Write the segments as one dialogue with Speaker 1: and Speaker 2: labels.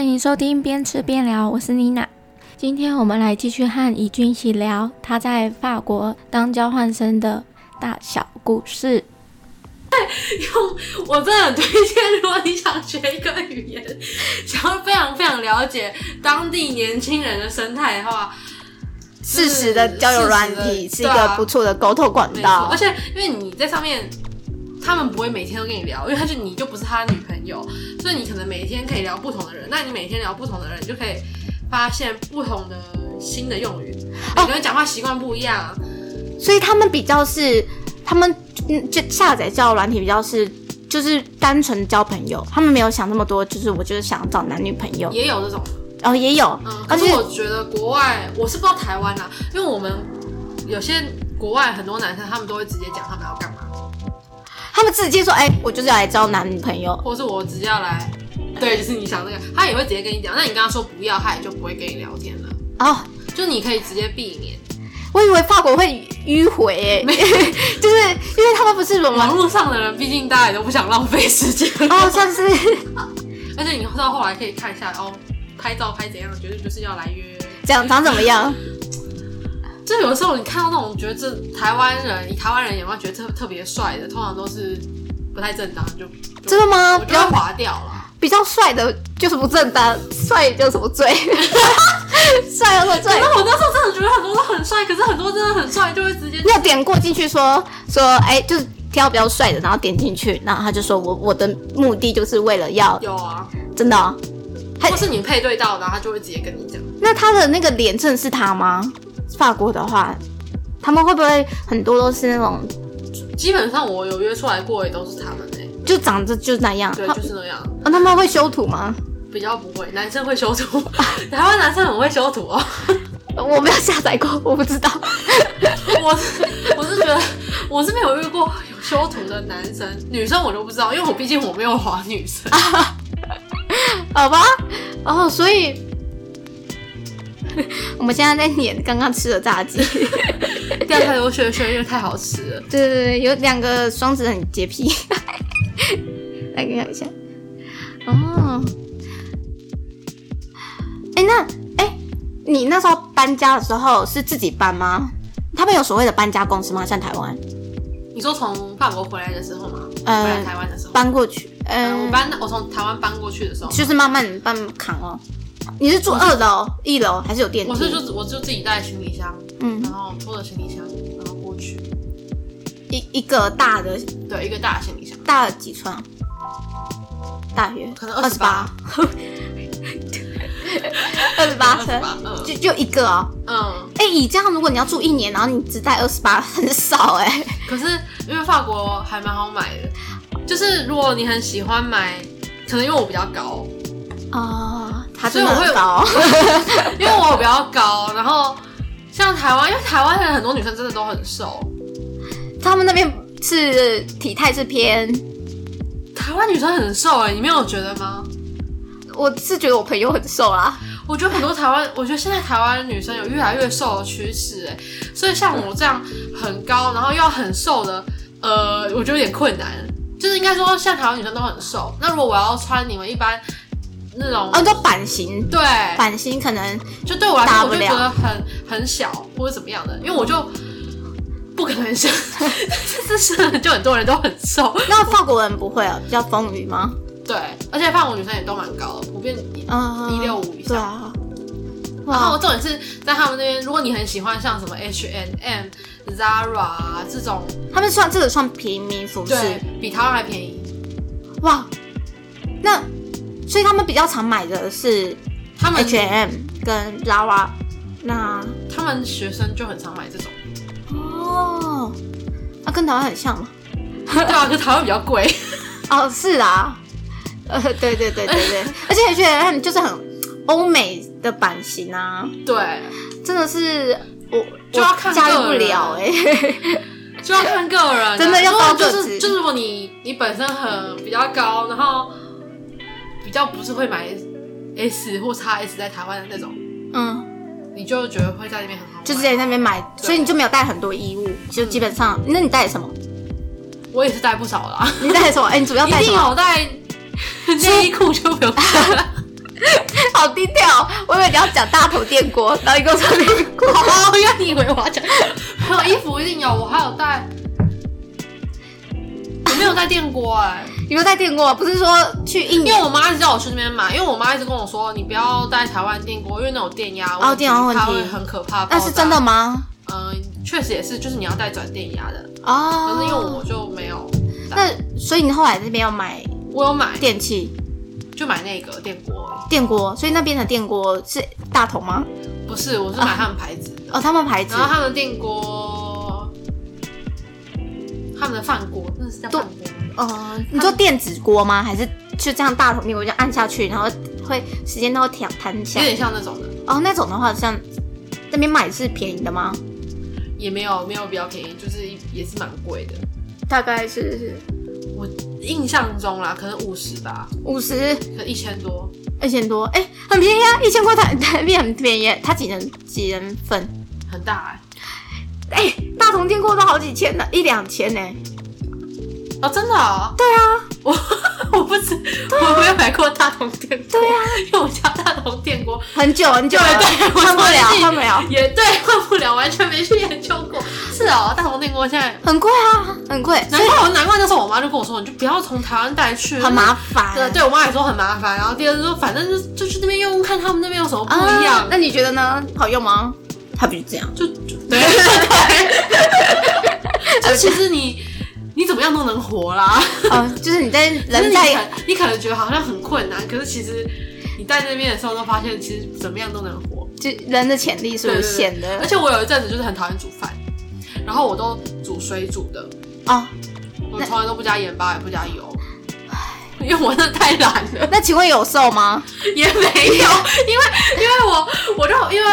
Speaker 1: 迎收听边吃边聊，我是妮娜。今天我们来继续和怡君一起聊她在法国当交换生的大小故事。
Speaker 2: 我真的很推荐，如果你想学一个语言，想要非常非常了解当地年轻人的生态的话，
Speaker 3: 适时的交友软体是
Speaker 2: 对
Speaker 3: 一个
Speaker 2: 啊
Speaker 3: 不错的沟通管
Speaker 2: 没错
Speaker 3: 道
Speaker 2: 而。且因为你在上面，他们不会每天都跟你聊，因为他就你就不是他的女朋友，所以你可能每天可以聊不同的人。那你每天聊不同的人，你就可以发现不同的新的用语，
Speaker 3: 哦
Speaker 2: 每个人讲话习惯不一样。
Speaker 3: 所以他们比较是，他们嗯就下载交友软体比较是，就是单纯交朋友，他们没有想那么多，就是我就是想找男女朋友，
Speaker 2: 也有这种，
Speaker 3: 哦也有，
Speaker 2: 嗯，
Speaker 3: 而
Speaker 2: 可
Speaker 3: 且
Speaker 2: 是我觉得国外，我是不知道台湾啦、因为我们有些国外很多男生，他们都会直接讲他们要干嘛。
Speaker 3: 他们直接说，哎、我就是要来交男女朋友，
Speaker 2: 或是我直接要来，对，就是你想那个，他也会直接跟你讲。那你跟他说不要，他也就不会跟你聊天了。
Speaker 3: 哦，
Speaker 2: 就你可以直接避免。
Speaker 3: 我以为法国会迂回、欸， 就是因为他们不是我们
Speaker 2: 网络上的人，毕竟大家也都不想浪费时 间。
Speaker 3: 哦，算是
Speaker 2: 而且你到后来可以看一下哦，拍照拍怎样，绝对就是要来约。
Speaker 3: 讲长怎么样？
Speaker 2: 就有时候你看到那种觉得这台湾人以台湾人眼光觉得特特别帅的，通常都是不太正当，就就
Speaker 3: 真的吗？
Speaker 2: 我
Speaker 3: 比
Speaker 2: 就会
Speaker 3: 较
Speaker 2: 划掉了。
Speaker 3: 比较帅的就是不正当，帅有什么 罪？帅有什么罪？
Speaker 2: 那我那时候真的觉得很多都很帅，可是很多真的很帅就会直接
Speaker 3: 你有点过进去说说，哎、就是挑比较帅的，然后点进去，然后他就说我我的目的就是为了要
Speaker 2: 有啊，
Speaker 3: 真的哦、还
Speaker 2: 或是你配对到，然后他就会直接跟你讲。
Speaker 3: 那他的那个脸正是他吗？法国的话，他们会不会很多都是那种
Speaker 2: 基本上我有约出来过，也都是他们诶、
Speaker 3: 就长得就那样？
Speaker 2: 对，
Speaker 3: 他
Speaker 2: 就是那样，
Speaker 3: 哦他们会修图吗？
Speaker 2: 比较不会。男生会修图，台湾男生很会修图哦。
Speaker 3: 我没有下载过，我不知道。
Speaker 2: 我是我是觉得我是没有遇过有修图的男生，女生我都不知道，因为我毕竟我没有滑女生。
Speaker 3: 好吧，哦，所以 我们现在在演刚刚吃的炸鸡，
Speaker 2: 第二台留学学院太好吃了，
Speaker 3: 对对对，有两个双子很洁癖， 来给你看一下，哦，哎那哎，你那时候搬家的时候是自己搬吗？他们有所谓的搬家公司吗？像台湾
Speaker 2: 你说从法国回来的时候吗？
Speaker 3: 呃
Speaker 2: 回来台湾的时候，
Speaker 3: 搬过去，嗯、
Speaker 2: 嗯，我搬我从台湾搬过去的时候，
Speaker 3: 就是慢慢搬扛哦。你是住二楼、一楼还是有电梯？
Speaker 2: 我是就我就自己带行李箱，
Speaker 3: 嗯
Speaker 2: 然后拖着行李箱，然后过去，
Speaker 3: 一一个大的
Speaker 2: 对，一个大的行李箱。
Speaker 3: 大了几寸啊？大约
Speaker 2: 可能28，
Speaker 3: 二十八 寸，
Speaker 2: 嗯
Speaker 3: 就就一个哦。
Speaker 2: 嗯，
Speaker 3: 哎、以这样，如果你要住一年，然后你只带二十八，很少哎、
Speaker 2: 可是因为法国还蛮好买的，就是如果你很喜欢买，可能因为我比较高，
Speaker 3: 哦，它
Speaker 2: 所以我
Speaker 3: 真的
Speaker 2: 会
Speaker 3: 很高。
Speaker 2: 哦因为我比较高，然后像台湾，因为台湾人很多女生真的都很瘦，
Speaker 3: 他们那边是体态是偏，
Speaker 2: 台湾女生很瘦哎、你没有觉得吗？
Speaker 3: 我是觉得我朋友很瘦啦。
Speaker 2: 我觉得很多台湾，我觉得现在台湾女生有越来越瘦的趋势哎，所以像我这样很高，然后又要很瘦的，呃，我觉得有点困难。就是应该说，像台湾女生都很瘦，那如果我要穿你们一般那种，
Speaker 3: 哦，你说版型，
Speaker 2: 对，
Speaker 3: 版型可能
Speaker 2: 就对我来
Speaker 3: 大
Speaker 2: 说，我
Speaker 3: 不
Speaker 2: 就
Speaker 3: 了
Speaker 2: 觉得很很小或者怎么样的，因为我就不可能 生，这是 就很多人都很瘦，
Speaker 3: 那法国人不会哦，比较丰腴吗？
Speaker 2: 对，而且法国女生也都蛮高的，普遍一
Speaker 3: 嗯，
Speaker 2: 165以上
Speaker 3: 对啊。
Speaker 2: 然后
Speaker 3: 哇，
Speaker 2: 重点是在他们那边，如果你很喜欢像什么 H and M、Zara 啊这种，
Speaker 3: 他们算这个算平民服饰，
Speaker 2: 对比台湾还便宜，
Speaker 3: 哇，那所以他们比较常买的是
Speaker 2: 他们
Speaker 3: H&M 跟 Zara，那
Speaker 2: 他们学生就很常买这种，
Speaker 3: 哦，那、跟台湾很像嘛？
Speaker 2: 对啊，可是台湾比较贵，
Speaker 3: 哦，是啊，呃，对对对对对，而且 H&M 就是很欧美的版型啊，
Speaker 2: 对，
Speaker 3: 真的是我
Speaker 2: 就要看
Speaker 3: 我驾驭不
Speaker 2: 个人
Speaker 3: 了哎、欸，
Speaker 2: 就要看个人啊、
Speaker 3: 真的要
Speaker 2: 如果
Speaker 3: 高个
Speaker 2: 就
Speaker 3: 子
Speaker 2: 是就是如果你你本身很比较高，然后比较不是会买 S 或 x S 在台湾的那种，
Speaker 3: 嗯，
Speaker 2: 你就觉得会在那边很好买。
Speaker 3: 就是在那边买，所以你就没有带很多衣物，就基本上，那你带什么？
Speaker 2: 我也是带不少啦，
Speaker 3: 你带什么？哎、你主要带
Speaker 2: 一
Speaker 3: 什
Speaker 2: 定
Speaker 3: 么？
Speaker 2: 有带内衣裤就不用带了。
Speaker 3: 好低调。我以为你要讲大头电锅，然后你跟我说电锅。
Speaker 2: 哦，原来你以为我要讲，没有衣服一定有，我还有带，我没有带电锅哎、
Speaker 3: 你说带电锅，不是说去印
Speaker 2: 因为我妈一直叫我去那边买，因为我妈一直跟我说你不要带台湾电锅，因为那种电压问
Speaker 3: 哦
Speaker 2: 题
Speaker 3: 电压问题
Speaker 2: 它会很可怕。
Speaker 3: 那是真的
Speaker 2: 吗？
Speaker 3: 吗？
Speaker 2: 嗯，确实也是，就是你要带转电压的，
Speaker 3: 哦，
Speaker 2: 可是因为我就没有，
Speaker 3: 那所以你后来那边要买
Speaker 2: 我有买
Speaker 3: 电器
Speaker 2: 就买那个电锅而
Speaker 3: 电锅，所以那边的电锅是大同吗？
Speaker 2: 已，不是，我是买他们牌子的，
Speaker 3: 哦，他们牌子
Speaker 2: 然后他们的电锅，他们的饭锅，那是叫饭锅吗。
Speaker 3: 呃，你说电子锅吗？还是就这样大桶电锅就按下去，然后会时间它会弹弹
Speaker 2: 有
Speaker 3: 下？
Speaker 2: 点像那种的，
Speaker 3: 哦，那种的话，像那边买是便宜的吗？
Speaker 2: 也没有没有比较便宜，就是也是蛮贵的。
Speaker 3: 大概是
Speaker 2: 我印象中啦，可能五十吧，
Speaker 3: 五十
Speaker 2: 可能一千多，
Speaker 3: 二千多，哎、很便宜啊，一千块台台币很便宜，它几人几人份？
Speaker 2: 很大哎、
Speaker 3: 哎、大同电锅都好几千呢，一两千呢、
Speaker 2: 哦，真的、哦？对啊，我 我不知，我没有买过大同电锅。对啊，因为我家大同电锅
Speaker 3: 很久很久了，
Speaker 2: 对对 我
Speaker 3: 换不了
Speaker 2: 忘记
Speaker 3: 换不了，
Speaker 2: 也对换不了，完全没去研究过。是哦，大同电锅现在。
Speaker 3: 很贵啊，很贵，
Speaker 2: 难怪我，难怪那时候我妈就跟我说，你就不要从台湾带 去，
Speaker 3: 很麻烦。
Speaker 2: 对，对我妈也说很麻烦。然后第二就说，反正就就去那边用用看他们那边有什么不
Speaker 3: 啊
Speaker 2: 一样。
Speaker 3: 那你觉得呢？好用吗？它不是这样，
Speaker 2: 就就对 对， 就其实你你怎么样都能活啦，
Speaker 3: 哦，就是你在人
Speaker 2: 就是你
Speaker 3: 在
Speaker 2: 可你可能觉得好像很困难，可是其实你在那边的时候都发现，其实怎么样都能活，
Speaker 3: 就人的潜力是
Speaker 2: 对
Speaker 3: 无
Speaker 2: 对
Speaker 3: 限
Speaker 2: 对而
Speaker 3: 的
Speaker 2: 且我有一阵子就是很讨厌煮饭，然后我都煮水煮的，
Speaker 3: 哦。
Speaker 2: 我
Speaker 3: 那
Speaker 2: 从来都不加盐巴，也不加油。因为我真的太懒了，
Speaker 3: 那请问有瘦吗？
Speaker 2: 也没有，因为因为我我就因为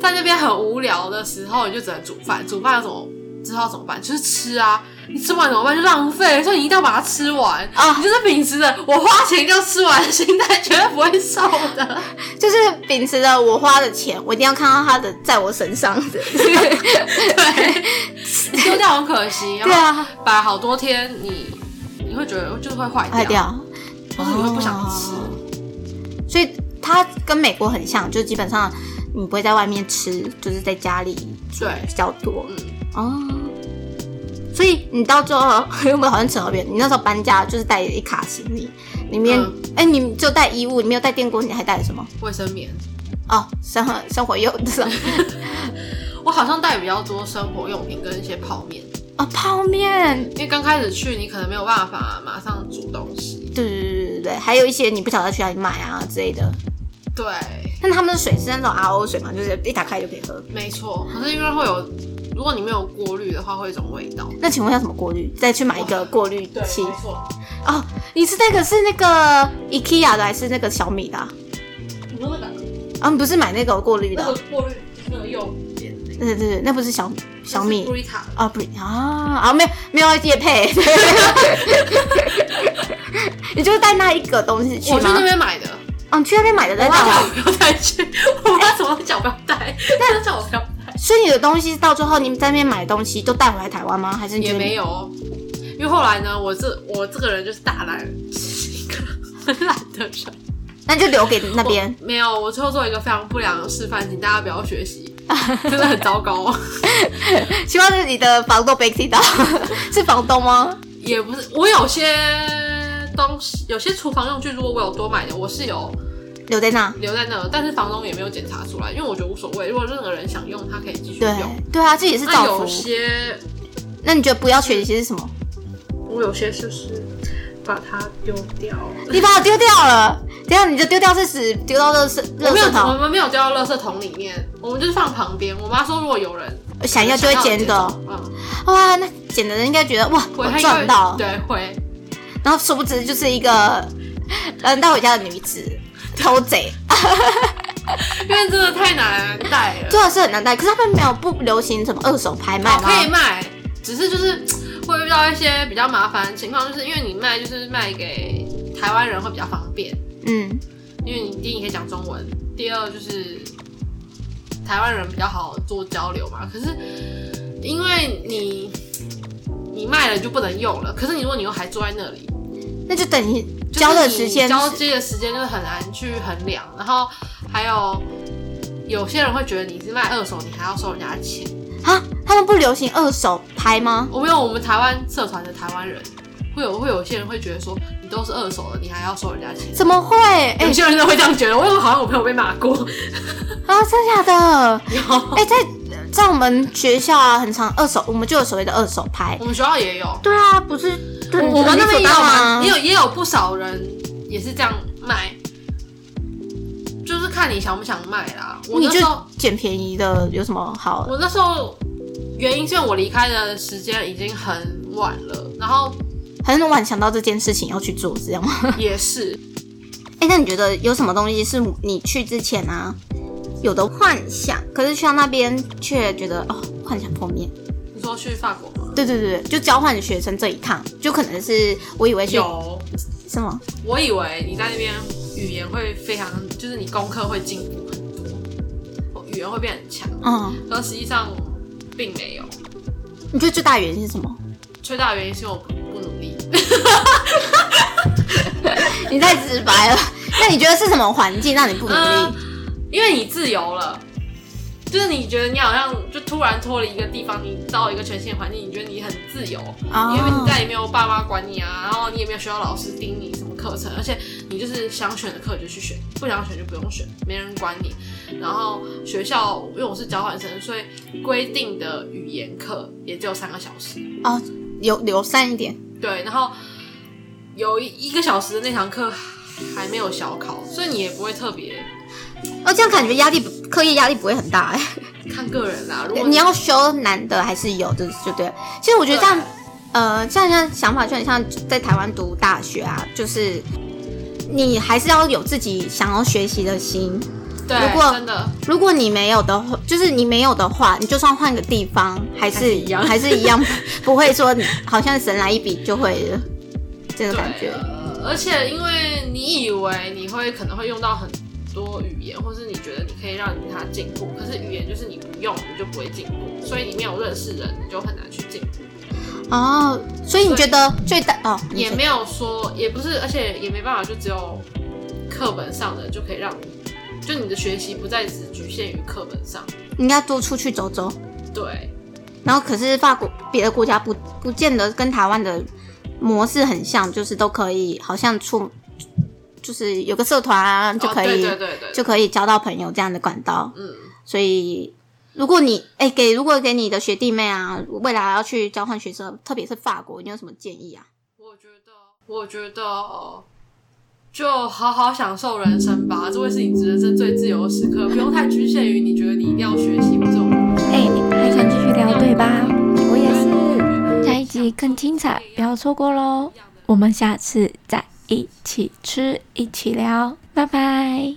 Speaker 2: 在那边很无聊的时候，你就只能煮饭，煮饭要怎么知道怎么办？就是吃啊，你吃完怎么办？就浪费，所以你一定要把它吃完
Speaker 3: 啊
Speaker 2: 你就是秉持着我花钱就吃完的心态，绝对不会瘦 的。
Speaker 3: 就是秉持着我花的钱，我一定要看到它的在我身上的。
Speaker 2: 对， 丢掉很可惜，然
Speaker 3: 对
Speaker 2: 后
Speaker 3: 啊，
Speaker 2: 摆好多天，你你会觉得就是会坏
Speaker 3: 坏掉，哦
Speaker 2: 或是你会不想吃。
Speaker 3: 所以它跟美国很像，就基本上你不会在外面吃，就是在家里
Speaker 2: 对
Speaker 3: 比，较多
Speaker 2: 嗯，
Speaker 3: 哦。所以你到最后，因为我们好像扯到边，你那时候搬家就是带一卡行李，里面
Speaker 2: 嗯
Speaker 3: 哎、你就带衣物，你没有带电锅，你还带了什么？
Speaker 2: 卫生棉，
Speaker 3: 哦，生活生活用 的
Speaker 2: 我好像带比较多生活用品跟一些泡面，
Speaker 3: 哦，泡面，
Speaker 2: 因为刚开始去你可能没有办法马上煮东西。
Speaker 3: 对对对对对，还有一些你不晓得去哪里买啊之类的。
Speaker 2: 对，
Speaker 3: 但他们的水是那种 RO 水嘛，就是一打开就可以喝。
Speaker 2: 没错。可是因为会有，如果你没有过滤的话，会有一种味道。
Speaker 3: 那请问要怎么过滤？再去买一个过滤器
Speaker 2: 错。
Speaker 3: 哦。你是那个是那个 IKEA 的还是那个小米的啊？
Speaker 2: 你说那个
Speaker 3: 啊，你不是买那个过滤的啊？
Speaker 2: 过滤就是那个右边那
Speaker 3: 对对对，那不是小小米
Speaker 2: 布丽塔。
Speaker 3: 啊，不啊啊，没有没有叶配， 你就是带那一个东西去
Speaker 2: 我去那
Speaker 3: 吗？
Speaker 2: 边买的，
Speaker 3: 哦，你去那边买的
Speaker 2: 我
Speaker 3: 再带
Speaker 2: 妈叫我
Speaker 3: 回来，
Speaker 2: 不要带去，我妈怎么会叫我不要带？她叫我不要带，
Speaker 3: 所以你的东西到最后你们在那边买的东西都带回来台湾吗？还是你
Speaker 2: 也
Speaker 3: 觉得
Speaker 2: 没？有。因为后来呢，我这我这个人就是大懒，是一 个很懒的人。
Speaker 3: 那就留给那边。
Speaker 2: 我没有，我最后做一个非常不良的示范，请大家不要学习， 真的很糟糕。
Speaker 3: 希望是你的房东没听到， 是房东吗？
Speaker 2: 也不是，我有些东西，有些厨房用具，如果我有多买的，我是有
Speaker 3: 留在那。
Speaker 2: 留在那，但是房东也没有检查出来，因为我觉得无所谓，如果任何人想用，他可以继续
Speaker 3: 对
Speaker 2: 用。
Speaker 3: 对啊，这也是
Speaker 2: 那
Speaker 3: 造
Speaker 2: 有
Speaker 3: 福。
Speaker 2: 些
Speaker 3: 那你觉得不要学习是什么？
Speaker 2: 我有些就是把它丢掉，
Speaker 3: 你把我丢掉了，这样你就丢掉是指丢到垃圾
Speaker 2: 我
Speaker 3: 垃
Speaker 2: 没有，
Speaker 3: 圾
Speaker 2: 我
Speaker 3: 桶，
Speaker 2: 们没有丢到垃圾桶里面，我们就是放旁边。我妈说，如果有人
Speaker 3: 想要就会捡
Speaker 2: 走
Speaker 3: 的。，
Speaker 2: 嗯，
Speaker 3: 哇，那捡的人应该觉得哇，我
Speaker 2: 会她应该
Speaker 3: 赚到。
Speaker 2: 对会。
Speaker 3: 然后殊不知就是一个嗯带回家的女子偷贼，
Speaker 2: 因为真的太难带了。
Speaker 3: 这啊个是很难带。可是他们没有不流行什么二手拍卖
Speaker 2: 哦，
Speaker 3: 吗？
Speaker 2: 可以卖，只是就是会遇到一些比较麻烦的情况，就是因为你卖就是卖给台湾人会比较方便，
Speaker 3: 嗯，
Speaker 2: 因为你第一你可以讲中文，第二就是台湾人比较好做交流嘛。可是因为你你卖了就不能用了，可是你如果你又还坐在那里，
Speaker 3: 那就等于
Speaker 2: 就是
Speaker 3: 交的
Speaker 2: 你
Speaker 3: 时间
Speaker 2: 交
Speaker 3: 是
Speaker 2: 接的时间就是很难去衡量，然后还有有些人会觉得你是卖二手，你还要收人家钱。
Speaker 3: 啊，他们不流行二手拍吗？
Speaker 2: 我没有，我们台湾社团的台湾人会有会有些人会觉得说你都是二手的，你还要收人家钱。
Speaker 3: 怎么会？哎、
Speaker 2: 有些人真的会这样觉得，我有好像我朋友被骂过，
Speaker 3: 啊，真假的？
Speaker 2: 有
Speaker 3: 哎、在在我们学校啊，很常二手，我们就有所谓的二手拍
Speaker 2: 我。们学校也有，
Speaker 3: 对啊，不是对
Speaker 2: 我们那边也有啊，也
Speaker 3: 有
Speaker 2: 有也有不少人也是这样卖，就是看你想不想卖啦。我
Speaker 3: 你
Speaker 2: 那
Speaker 3: 就
Speaker 2: 时候
Speaker 3: 捡便宜的有什么好？
Speaker 2: 我那时候原因是因为我离开的时间已经很晚了，然 后
Speaker 3: 很晚想到这件事情要去做，是这样吗？
Speaker 2: 也是
Speaker 3: 哎、那你觉得有什么东西是你去之前啊有的幻想，可是去到那边却觉得哦幻想破灭？
Speaker 2: 你说去法国吗？
Speaker 3: 对对对，对就交换学生这一趟，就可能是我以为是
Speaker 2: 有，
Speaker 3: 什么？
Speaker 2: 我以为你在那边语言会非常，就是你功课会进步很多，语言会变很强，
Speaker 3: 嗯，
Speaker 2: 但实际上并没有。
Speaker 3: 你觉得最大原因是什么？
Speaker 2: 最大的原因是因为我不不努力，
Speaker 3: 你太直白了。那你觉得是什么环境让你不努
Speaker 2: 嗯
Speaker 3: 力？
Speaker 2: 因为你自由了，就是你觉得你好像就突然脱离一个地方，你到一个全新的环境，你觉得你很自由，
Speaker 3: 哦
Speaker 2: 因为你再也没有爸妈管你啊，然后你也没有学校老师盯你什么课程，而且你就是想选的课就去选，不想选就不用选，没人管你。然后学校因为我是交换生，所以规定的语言课也只有三个小时，
Speaker 3: 哦，有友善一点。
Speaker 2: 对，然后有一一个小时的那堂课还没有小考，所以你也不会特别
Speaker 3: 哦，这样感觉压力不课业压力不会很大哎、
Speaker 2: 看个人啦。如果
Speaker 3: 你要修难的还是有的，就对。其实我觉得这样，呃，这样这样想法就很像在台湾读大学啊，就是你还是要有自己想要学习的心。
Speaker 2: 对，
Speaker 3: 如果
Speaker 2: 真的
Speaker 3: 如果你没有的话，就是你没有的话，你就算换个地方，还是
Speaker 2: 还是一样
Speaker 3: 还是一 样，不会说你好像神来一笔就会了这种感
Speaker 2: 对
Speaker 3: 觉。
Speaker 2: 呃而且因为你以为你会可能会用到很多语言，或是你觉得你可以让它进步，可是语言就是你不用你就不会进步，所以你没有认识人，你就很难去进步。
Speaker 3: 哦，所以你觉得最大哦，你
Speaker 2: 也
Speaker 3: 觉得
Speaker 2: 没有说，也不是，而且也没办法，就只有课本上的就可以让你，就你的学习不再只局限于课本上。
Speaker 3: 应该多出去走走。
Speaker 2: 对，
Speaker 3: 然后可是法国别的国家不不见得跟台湾的模式很像，就是都可以好像出，就是有个社团、啊、就可以、
Speaker 2: 哦、对对对对，
Speaker 3: 就可以交到朋友这样的管道。
Speaker 2: 嗯，
Speaker 3: 所以如果你哎、给如果给你的学弟妹啊，未来要去交换学生，特别是法国，你有什么建议啊？
Speaker 2: 我觉得，我觉得就好好享受人生吧，这会是你人生最自由的时刻，不用太局限于你觉得你一定要学习这种东西。
Speaker 1: 哎、你还想继续聊对吧？我也是，下一集更精彩，不要错过喽！我们下次再一起吃，一起聊，拜拜。